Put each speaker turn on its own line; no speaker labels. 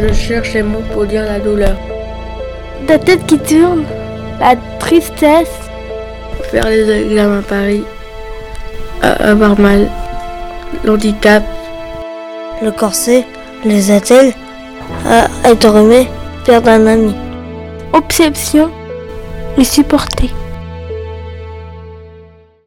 Je cherche les mots pour dire la douleur.
Ta tête qui tourne, la tristesse,
Faire les examens à Paris. A- Avoir mal. L'handicap.
le corset, les attelles, Ah, à être remis, perdre un ami.
obsession et supporter.